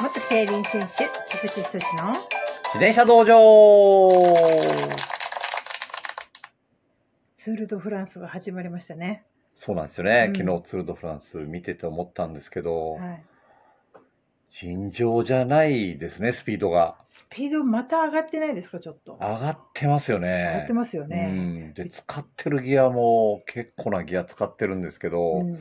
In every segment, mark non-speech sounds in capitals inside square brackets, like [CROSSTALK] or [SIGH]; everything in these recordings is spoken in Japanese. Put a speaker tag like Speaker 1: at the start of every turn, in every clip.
Speaker 1: 元競輪選手、菊池仁の
Speaker 2: 自転車道場
Speaker 1: ツール・ド・フランスが始まりましたね。
Speaker 2: そうなんですよね、
Speaker 1: うん
Speaker 2: 昨日ツール・ド・フランス見てて思ったんですけど、
Speaker 1: はい、
Speaker 2: 尋常じゃないですねスピードが
Speaker 1: スピードまた上がってないですか、ちょっと。
Speaker 2: 上がってますよね
Speaker 1: 上がってますよ
Speaker 2: う
Speaker 1: ね。
Speaker 2: ん、で使ってるギアも結構なギア使ってるんですけど、
Speaker 1: うん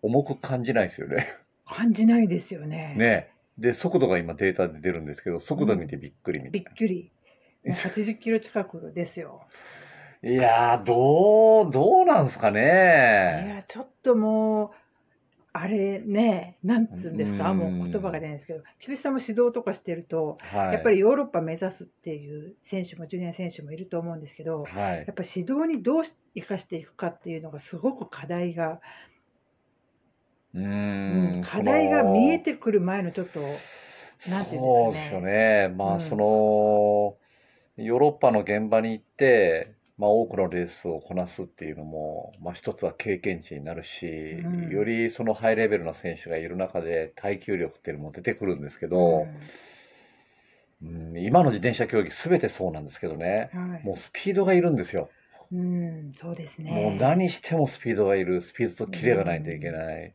Speaker 2: 重く感じないですよ
Speaker 1: [LAUGHS]
Speaker 2: ね
Speaker 1: 感じないですよね。
Speaker 2: ねで速度が今データで出るんですけど速度見てびっくりみた
Speaker 1: び
Speaker 2: い
Speaker 1: っくり。もう80キロ近くです
Speaker 2: [LAUGHS]
Speaker 1: よ。
Speaker 2: な、いやーどうどうなんですか
Speaker 1: い
Speaker 2: ね
Speaker 1: や、ちょっともう、あれね、なんつうんですか、
Speaker 2: うん
Speaker 1: もう言葉が出ないですけど、菊池さんも指導とかしてると、
Speaker 2: はい
Speaker 1: やっぱりヨーロッパ目指すっていう選手もジュニア選手もいると思うんですけど、
Speaker 2: はい
Speaker 1: やっぱ指導にどう生かしていくかっていうのがすごく課題が、
Speaker 2: う
Speaker 1: うん
Speaker 2: ん
Speaker 1: 課題が見え
Speaker 2: て
Speaker 1: てくる前のちょっと、なんていうんですかね
Speaker 2: そうですよね。まあ、
Speaker 1: うん
Speaker 2: そのヨーロッパの現場に行って、まあ、多くのレースをこなすっていうのも、まあ、一つは経験値になるし、
Speaker 1: うん
Speaker 2: よりそのハイレベルな選手がいる中で耐久力っていうのも出てくるんですけ
Speaker 1: う
Speaker 2: ど、
Speaker 1: ん
Speaker 2: うん今の自転車競技全てそうなんですけどね
Speaker 1: はい
Speaker 2: もうスピードがいるんですよ、
Speaker 1: うん、そうですね。
Speaker 2: もう何してもスピードがいるスピードとキレがないといけない、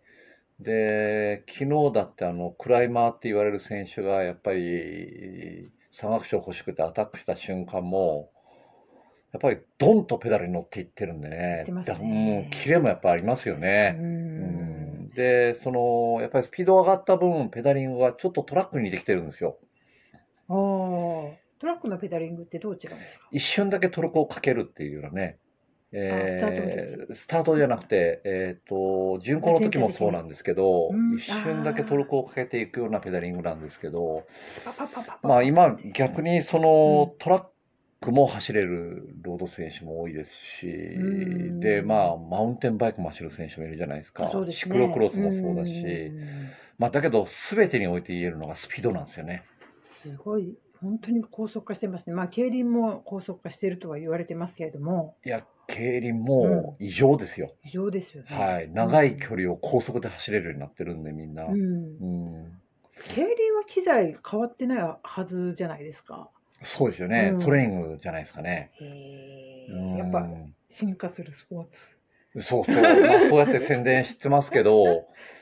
Speaker 2: で昨日だってあのクライマーって言われる選手がやっぱり三拍手欲しくてアタックした瞬間もやっぱりドンとペダルに乗っていってるんでね
Speaker 1: ってますね
Speaker 2: だもうキレもやっぱありますよ
Speaker 1: う
Speaker 2: ね、うん
Speaker 1: ん、
Speaker 2: でそのやっぱりスピード上がった分ペダリングがちょっとトラックにできてるんですよ
Speaker 1: おートラックのペダリングってどう違うんですか
Speaker 2: 一瞬だけトルコをかけるっていうようなね、え
Speaker 1: あ
Speaker 2: ースタートじゃなくて、えー、と巡航の時もそうなんですけど、
Speaker 1: うん
Speaker 2: 一瞬だけトルコをかけていくようなペダリングなんですけど、
Speaker 1: パパパパパ
Speaker 2: まあ、今逆にそのトラックも走れるロード選手も多いですし、
Speaker 1: ん
Speaker 2: でまあ、マウンテンバイクも走る選手もいるじゃないですか
Speaker 1: そうですね
Speaker 2: シクロクロスもそうだし、
Speaker 1: ん
Speaker 2: まあ、だけど全てにおいて言えるのがスピードなんですよね。
Speaker 1: すごい本当に高速化してますね。まあ競輪も高速化しているとは言われてますけれども、
Speaker 2: いや競輪も異常ですよ、
Speaker 1: 異常ですよね。
Speaker 2: はい、長い距離を高速で走れるようになってるんで、みんな。
Speaker 1: う。
Speaker 2: うんん、
Speaker 1: 競輪は機材変わってないはずじゃないですか。
Speaker 2: そうですよね、
Speaker 1: うん
Speaker 2: トレーニングじゃないですかね。
Speaker 1: へ
Speaker 2: う
Speaker 1: ー
Speaker 2: ん
Speaker 1: やっぱ進化するスポーツ。
Speaker 2: そうそう、まあ、そうやって宣伝してますけど、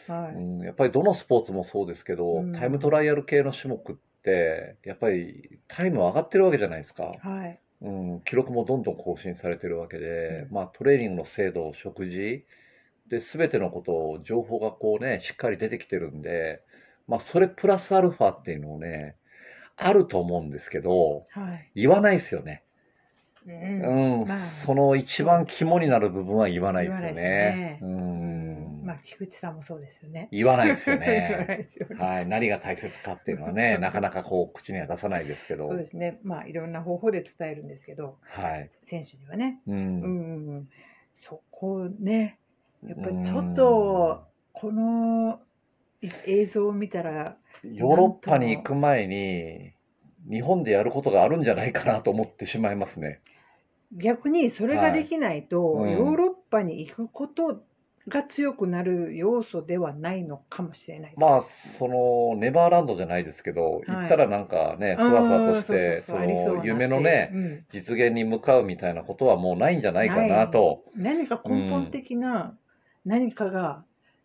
Speaker 1: はい。
Speaker 2: うん、やっぱりどのスポーツもそうですけど、
Speaker 1: うん
Speaker 2: タイムトライアル系の種目って、やっぱりタイムは上がってるわけじゃないですか、
Speaker 1: はい。
Speaker 2: うん、記録もどんどん更新されてるわけで、
Speaker 1: うん
Speaker 2: まあ、トレーニングの精度、食事、で全てのことを情報がこう、ね、しっかり出てきてるんで、まあ、それプラスアルファっていうのをね、あると思うんですけど、
Speaker 1: はい。
Speaker 2: 言わないですよね。
Speaker 1: う。
Speaker 2: うんん、
Speaker 1: まあ
Speaker 2: その一番肝になる部分は言わないですよね。う
Speaker 1: うん
Speaker 2: ん
Speaker 1: まあ菊池さんもそうですよね。
Speaker 2: 言わないですよ
Speaker 1: 言わない [LAUGHS]
Speaker 2: ね。
Speaker 1: ですよね
Speaker 2: はい、何が大切かっていうのはね、なかなかこう口には出さないですけど
Speaker 1: そう、ですね。まあいろんな方法で伝えるんですけど、
Speaker 2: はい、
Speaker 1: 選手にはね。
Speaker 2: う、
Speaker 1: うんんうんうん。そこをね、やっぱりちょっとこのい映像を見たら、
Speaker 2: うんヨーロッパに行く前に日本でやることがあるんじゃないかなと思ってしまいますね。
Speaker 1: 逆にそれができないと、
Speaker 2: はいうん
Speaker 1: ヨーロッパに行くことが強くなる要素ではないのかもしれない。
Speaker 2: まあそのネバーランドじゃないですけど、行ったらなんかね、ふわふわとし
Speaker 1: う
Speaker 2: て
Speaker 1: ん
Speaker 2: そ
Speaker 1: ありうな
Speaker 2: の夢のね、
Speaker 1: うん
Speaker 2: 実現に向かうみたいなことはもうないんじゃないかなと。
Speaker 1: 何か根本的な何かが、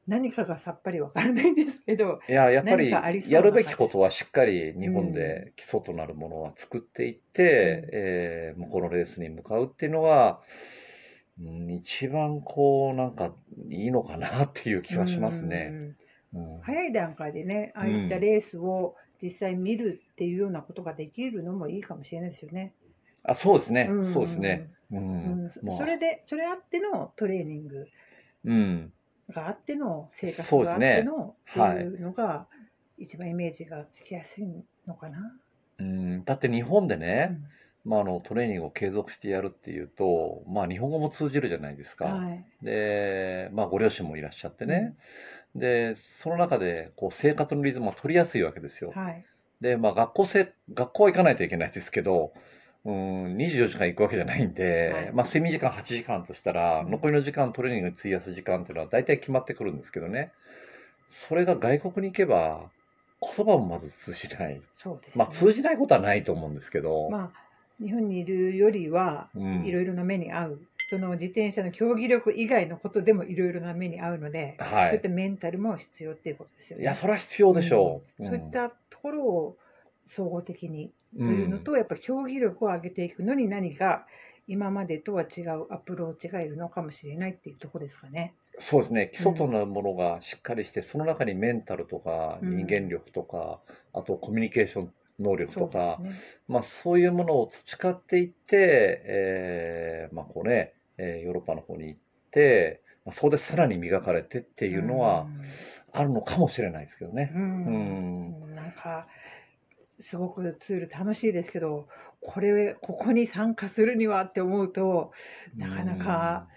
Speaker 1: 何かがさっぱりわからないんですけど、
Speaker 2: いや、やっぱ
Speaker 1: 何
Speaker 2: り
Speaker 1: かありそうな
Speaker 2: やるべきことはしっかり日本で基礎となるものは作っていって、
Speaker 1: うん
Speaker 2: えー向こうのレースに向かうっていうのが、うん、一番こう、なんかいいのかなっていう気はします
Speaker 1: うん
Speaker 2: ね。
Speaker 1: うんうん
Speaker 2: うん
Speaker 1: 早い段階でね、ああいったレースを実際見るっていうようなことができるのもいいかもしれないですよね。
Speaker 2: あそうですね
Speaker 1: ん、んん
Speaker 2: そうですね。。う
Speaker 1: うん
Speaker 2: ん、
Speaker 1: そ
Speaker 2: まあ
Speaker 1: それでそれあってのトレーニング
Speaker 2: うん、
Speaker 1: があっての生活
Speaker 2: そうで
Speaker 1: があ
Speaker 2: す
Speaker 1: っ
Speaker 2: ね
Speaker 1: てのって
Speaker 2: はい
Speaker 1: いうのが一番イメージがつきやすいのかな。
Speaker 2: うんだって日本で
Speaker 1: う
Speaker 2: ね、
Speaker 1: ん
Speaker 2: まあ、あのトレーニングを継続してやるっていうと、まあ、日本語も通じるじゃないですか。
Speaker 1: はい。
Speaker 2: で、まあ、ご両親もいらっしゃってね、でその中でこう生活のリズムを取りやすいわけですよ。
Speaker 1: はい。
Speaker 2: で、まあ、学校せ学校は行かないといけないですけどうん24時間行くわけじゃないんで、
Speaker 1: はい
Speaker 2: まあ、睡眠時間8時間としたら、
Speaker 1: うん
Speaker 2: 残りの時間トレーニングに費やす時間っていうのは大体決まってくるんですけどねそれが外国に行けば言葉もまず通じない。
Speaker 1: そうですね、
Speaker 2: まあ通じないことはないと思うんですけど、
Speaker 1: まあ日本にいるよりは
Speaker 2: うん
Speaker 1: いろいろな目に遭う、その自転車の競技力以外のことでもいろいろな目に遭うので、
Speaker 2: は
Speaker 1: そういっ
Speaker 2: い。
Speaker 1: たメンタルも必要っていうことですよ
Speaker 2: い
Speaker 1: ね。
Speaker 2: や、それは必要でしょう。
Speaker 1: そういったところを総合的に
Speaker 2: う
Speaker 1: と
Speaker 2: ん
Speaker 1: いうのと、やっぱり競技力を上げていくのに何か今までとは違うアプローチがいるのかもしれないっていうところですかね。
Speaker 2: そうですね基礎となるものがしっかりして、その中にメンタルとか
Speaker 1: うん
Speaker 2: 人間力とか、あとコミュニケーション能力
Speaker 1: そ
Speaker 2: と
Speaker 1: う
Speaker 2: か
Speaker 1: ですね。
Speaker 2: まあ、そういうものを培っていって、えーまあこうねえーヨーロッパの方に行って、まあ、そこでさらに磨かれてっていうのはあるのかもしれないですけどね。
Speaker 1: うん、
Speaker 2: うん
Speaker 1: うんなんかすごくツール楽しいですけど、これここに参加するにはって思うとなかなか、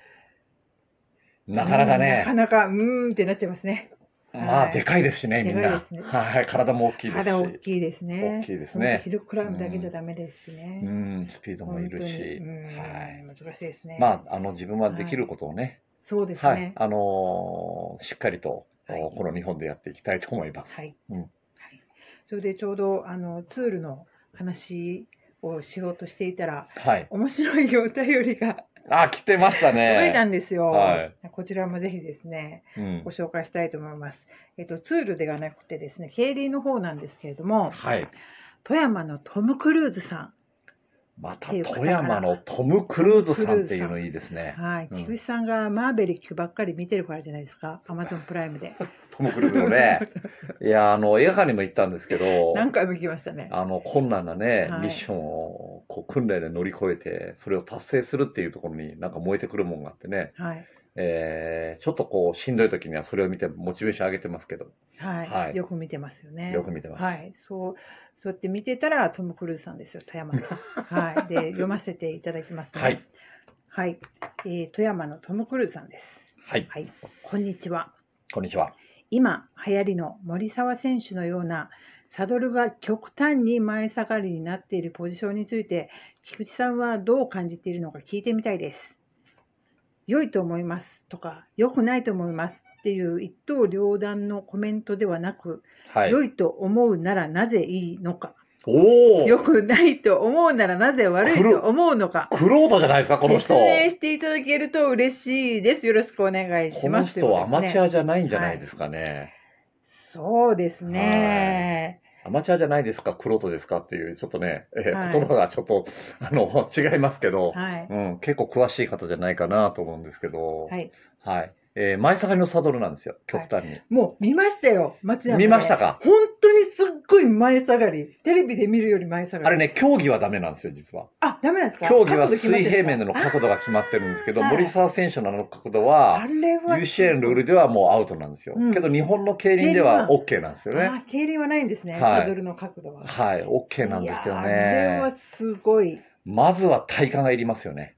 Speaker 2: うんなかな
Speaker 1: なか
Speaker 2: かね、
Speaker 1: なかうーんってなっちゃいますね。
Speaker 2: ま
Speaker 1: は
Speaker 2: あ
Speaker 1: い
Speaker 2: でかいですしね、みん
Speaker 1: でかい
Speaker 2: な
Speaker 1: ですね。
Speaker 2: はい、体も大きいですし、
Speaker 1: 肌大きいですね。
Speaker 2: 大きいですね
Speaker 1: 本当ヒルクライムだけじゃダメですしね。
Speaker 2: うん、スピードもいる
Speaker 1: 本当に
Speaker 2: し、
Speaker 1: うん
Speaker 2: はい
Speaker 1: 難しいですね。
Speaker 2: まあ、あの自分はできることをね、
Speaker 1: そうです
Speaker 2: はい、
Speaker 1: ね。
Speaker 2: あのーしっかりと、
Speaker 1: はい
Speaker 2: この日本でやっていきたいと思います。
Speaker 1: はい。
Speaker 2: うん
Speaker 1: はい。それでちょうどあのツールの話をしようとしていたら
Speaker 2: はい。
Speaker 1: 面白いお便りが
Speaker 2: あ、来てました
Speaker 1: 届いた
Speaker 2: ね。
Speaker 1: ん [LAUGHS] ですよ。
Speaker 2: はい
Speaker 1: こちらもぜひですね
Speaker 2: うん
Speaker 1: ご。紹介したいと思います。えっとツールではなくてですね競輪の方なんですけれども、
Speaker 2: はい。
Speaker 1: 富山のトムクルーズさ
Speaker 2: また
Speaker 1: っていう方から
Speaker 2: 富山のトム・クルーズさんっていうのいいです
Speaker 1: ん、。
Speaker 2: ね
Speaker 1: はい、
Speaker 2: うん
Speaker 1: ちぐしさんがマーベリックばっかり見てるからじゃないですか。アマゾンプライムで
Speaker 2: [LAUGHS] トム・クルーズの [LAUGHS] ね。いや、あの、映画館にも行ったんですけど、
Speaker 1: 何回も聞きましたね。
Speaker 2: あの、困難なね
Speaker 1: はい、
Speaker 2: ミッションを、こう、訓練で乗り越えて、それを達成するっていうところになんか燃えてくるもんがあってね、
Speaker 1: はい。
Speaker 2: えーちょっとこう、しんどい時にはそれを見てモチベーション上げてますけど、
Speaker 1: はい、
Speaker 2: はい
Speaker 1: よく見てますよね。
Speaker 2: よく見てます。
Speaker 1: はい、そう、そうやって見てたら、トムクルーズさんですよ、富山
Speaker 2: [LAUGHS]
Speaker 1: の。はい、で、読ませていただきますね。
Speaker 2: はい。
Speaker 1: はい、えー富山のトムクルーズさんです。
Speaker 2: はい。
Speaker 1: はい、こんにちは。
Speaker 2: こんにちは。
Speaker 1: 今流行りの森沢選手のようなサドルが極端に前下がりになっているポジションについて菊池さんはどう感じているのか聞いてみたいです。良いと思いますとか良くないと思いますっていう一刀両断のコメントではなく、
Speaker 2: はい。
Speaker 1: 良いと思うならなぜいいのか
Speaker 2: おお
Speaker 1: 良くないと思うならなぜ悪いと思うのか
Speaker 2: クロードじゃないですか、この
Speaker 1: 説
Speaker 2: 人。
Speaker 1: 明していただけると嬉しいです。よろしくお願いし
Speaker 2: こ
Speaker 1: ま
Speaker 2: の
Speaker 1: す。
Speaker 2: 人はアマチュ
Speaker 1: ア
Speaker 2: アじゃないんじゃないですかね。
Speaker 1: そうですね。
Speaker 2: アマチュアじゃないですか、クロードですかっていう、ちょっとね、えー
Speaker 1: はい
Speaker 2: 言葉がちょっと、 [LAUGHS] あの、違いますけど、
Speaker 1: はい。
Speaker 2: うん、結構詳しい方じゃないかなと思うんですけ
Speaker 1: は
Speaker 2: ど、はい。
Speaker 1: い。
Speaker 2: えー前下がりのサドルなんですよ、極端に。
Speaker 1: もう見ましたよ、松山で。
Speaker 2: 見ましたか
Speaker 1: 本当にすっごい前下がり。テレビで見るより前下がり。
Speaker 2: あれ。ね、競技はダメなんですよ、実は。
Speaker 1: あ、ダメなんですか
Speaker 2: 競技は水平面での
Speaker 1: 角
Speaker 2: 角度が決まってるんですけど、
Speaker 1: あー
Speaker 2: 森沢選手のあの角度
Speaker 1: 度あ
Speaker 2: は、
Speaker 1: れは。
Speaker 2: UCL のルールではもうアウトなんですよ。
Speaker 1: うん
Speaker 2: けど、日本の競輪では OK なんですよね。
Speaker 1: あ、競輪はないんですね、
Speaker 2: はい
Speaker 1: サドルの角度は。
Speaker 2: はい、OK なんですけど
Speaker 1: いやあれ
Speaker 2: ね
Speaker 1: は。すごい
Speaker 2: まずは体幹がいりますよね。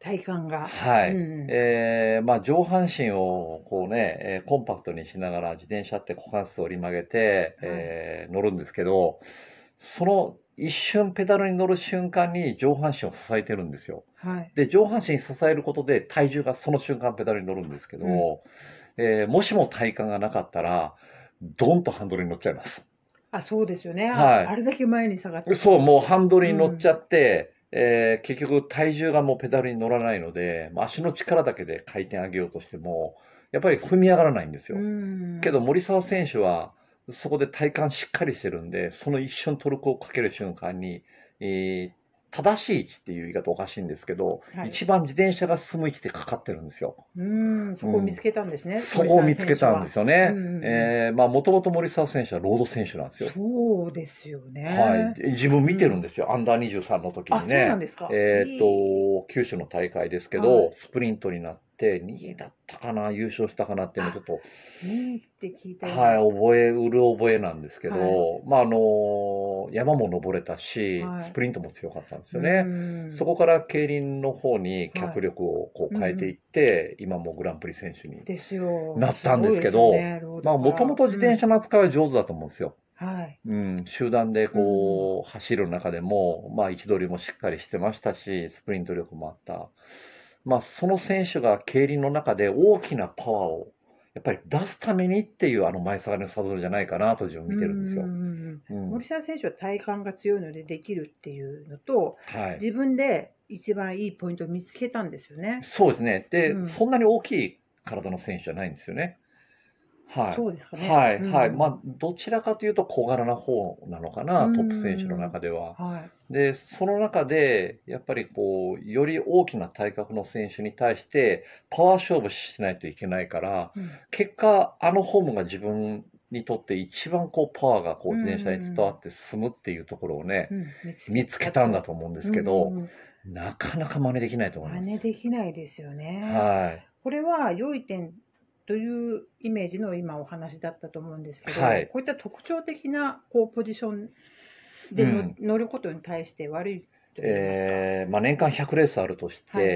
Speaker 1: 体感が。
Speaker 2: はい。
Speaker 1: うん
Speaker 2: えーまあ、上半身をこうね、えーコンパクトにしながら自転車って股関節を折り曲げて、えー乗るんですけど、その一瞬ペダルに乗る瞬間に上半身を支えてるんですよ。
Speaker 1: はい。
Speaker 2: で、上半身支えることで体重がその瞬間ペダルに乗るんですけど、
Speaker 1: うん
Speaker 2: えーもしも体幹がなかったら、ドンとハンドルに乗っちゃいます。
Speaker 1: あ、そうですよね。あ
Speaker 2: はい
Speaker 1: あれだけ前に下がって。
Speaker 2: そう、もうハンドルに乗っちゃって、えー結局体重がもうペダルに乗らないので、まあ足の力だけで回転上げようとしても、やっぱり踏み上がらないんですよ。
Speaker 1: うん
Speaker 2: けど森沢選手は、そこで体幹しっかりしてるんで、その一瞬トルクをかける瞬間に、えー正しい位置っていう言い方おかしいんですけど、
Speaker 1: はい
Speaker 2: 一番自転車が進む位置でかかってるんですよ。
Speaker 1: うん、そこを見つけたんですね。。
Speaker 2: そこを見つけたんですすよね。
Speaker 1: うんうん
Speaker 2: えーまあもともと森沢選手はロード選手なんですよ。
Speaker 1: そうですよね。
Speaker 2: はい、自分見てるんですよ、アンダー23の時
Speaker 1: あ、
Speaker 2: に
Speaker 1: そうな
Speaker 2: ね
Speaker 1: ん、ですか。
Speaker 2: えー、
Speaker 1: いい
Speaker 2: と九州の大会ですけ
Speaker 1: は
Speaker 2: ど、スプリントになって、2位だったかな、優勝したかなっていうの、ちょっと、
Speaker 1: いいって聞いたよ
Speaker 2: はい、覚え、うる覚えなんですけど、
Speaker 1: は
Speaker 2: まああの山も登れたし、
Speaker 1: はい
Speaker 2: スプリントも強かったんですよ
Speaker 1: う
Speaker 2: ね。
Speaker 1: ん
Speaker 2: そこから競輪の方に脚力をこう変えていって、今もグランプリ選手に。
Speaker 1: ですよ。
Speaker 2: なったんですけど
Speaker 1: ごいですねロードか
Speaker 2: まあ
Speaker 1: ら
Speaker 2: もともと自転車の扱いは上手だと思うんですよ。
Speaker 1: うんはい。
Speaker 2: うん、集団でこう走る中でも、まあ、位置取りもしっかりしてましたし、スプリント力もあった、まあ、その選手が競輪の中で大きなパワーをやっぱり出すためにっていうあの前下がりのサドルじゃないかなと自分見てるんですよ
Speaker 1: う。ん
Speaker 2: うん
Speaker 1: 森沢選手は体幹が強いのでできるっていうのと、
Speaker 2: はい、
Speaker 1: 自分で一番いいポイントを見つけたんですよね。
Speaker 2: そうですね。で、
Speaker 1: うん
Speaker 2: そんなに大きい体の選手じゃないんですよね。はい。
Speaker 1: そうですかね。
Speaker 2: はい、
Speaker 1: うん
Speaker 2: はい。まあ、どちらかというと小柄な方なのかな、
Speaker 1: うん
Speaker 2: トップ選手の中では。
Speaker 1: はい。
Speaker 2: で、その中で、やっぱりこう、より大きな体格の選手に対して、パワー勝負しないといけないから、
Speaker 1: うん
Speaker 2: 結果、あのフォームが自分にとって一番こう、パワーがこう、自転車に伝わって進むっていうところをね、
Speaker 1: うん
Speaker 2: 見つけたんだと思うんですけど、
Speaker 1: うんうん
Speaker 2: なかなか真似できないと思い
Speaker 1: 真
Speaker 2: ま
Speaker 1: 似
Speaker 2: す。
Speaker 1: できないですよね。
Speaker 2: はい。
Speaker 1: これは良い点というイメージの今お話だったと思うんですけど、
Speaker 2: はい
Speaker 1: こういった特徴的なこうポジションでの、
Speaker 2: うん
Speaker 1: 乗ることに対して悪いと言いますか。
Speaker 2: えーまあ、年間100レースあるとして、
Speaker 1: はい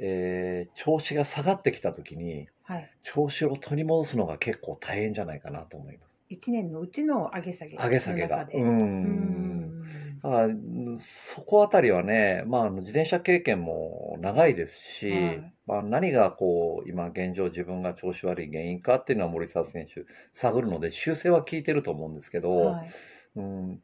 Speaker 2: えー調子が下がってきたときに、
Speaker 1: はい。
Speaker 2: 調子を取り戻すのが結構大変じゃないかなと思います。
Speaker 1: 一年のうちの上げ下げ。
Speaker 2: 上げ下げが。
Speaker 1: で
Speaker 2: う。
Speaker 1: うんん
Speaker 2: だからうんそこあたりはね、まあ、あの自転車経験も長いですし、
Speaker 1: はい
Speaker 2: まあ、何がこう今現状自分が調子悪い原因かっていうのは森澤選手探るので修正は効いてると思うんですけど、
Speaker 1: はい。
Speaker 2: うん、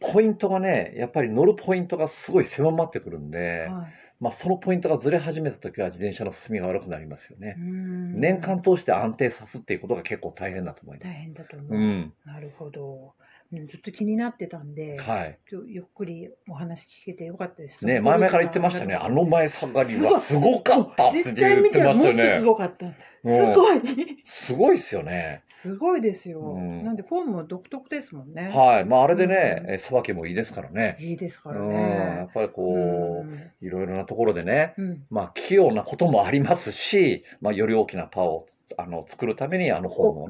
Speaker 2: ポイントがねやっぱり乗るポイントがすごい狭まってくるんで、
Speaker 1: はい
Speaker 2: まあ、そのポイントがずれ始めた時は自転車の進みが悪くなりますよね。
Speaker 1: うん
Speaker 2: 年間通して安定さすっていうことが結構大変だと思いま
Speaker 1: 大
Speaker 2: す。
Speaker 1: 変だと思う。
Speaker 2: うん、
Speaker 1: なるほど。うんずっと気になってたんで、
Speaker 2: はい。
Speaker 1: 今日ゆっくりお話聞けてよかったです。
Speaker 2: ね、前々から言ってましたね。あの前下がりはすごかったって
Speaker 1: 実際
Speaker 2: 言っ
Speaker 1: 見
Speaker 2: て
Speaker 1: たら
Speaker 2: まし
Speaker 1: もっ
Speaker 2: たよ
Speaker 1: とす
Speaker 2: ね。
Speaker 1: ごかったんだ。
Speaker 2: うん
Speaker 1: すごい
Speaker 2: すごいですよね。
Speaker 1: すごいですよ。
Speaker 2: うん
Speaker 1: なんでフォームも独特ですもんね。
Speaker 2: はい。まあ、あれで
Speaker 1: う
Speaker 2: ね
Speaker 1: ん、
Speaker 2: えさばきもいいですからね。
Speaker 1: いいですか
Speaker 2: う
Speaker 1: ら
Speaker 2: ん、や
Speaker 1: ね。
Speaker 2: っぱりこ
Speaker 1: ん
Speaker 2: う、いろいろなところでね、
Speaker 1: うん
Speaker 2: まあ、器用なこともありますし、まあ、より大きなパワーをあの作るために、あの本を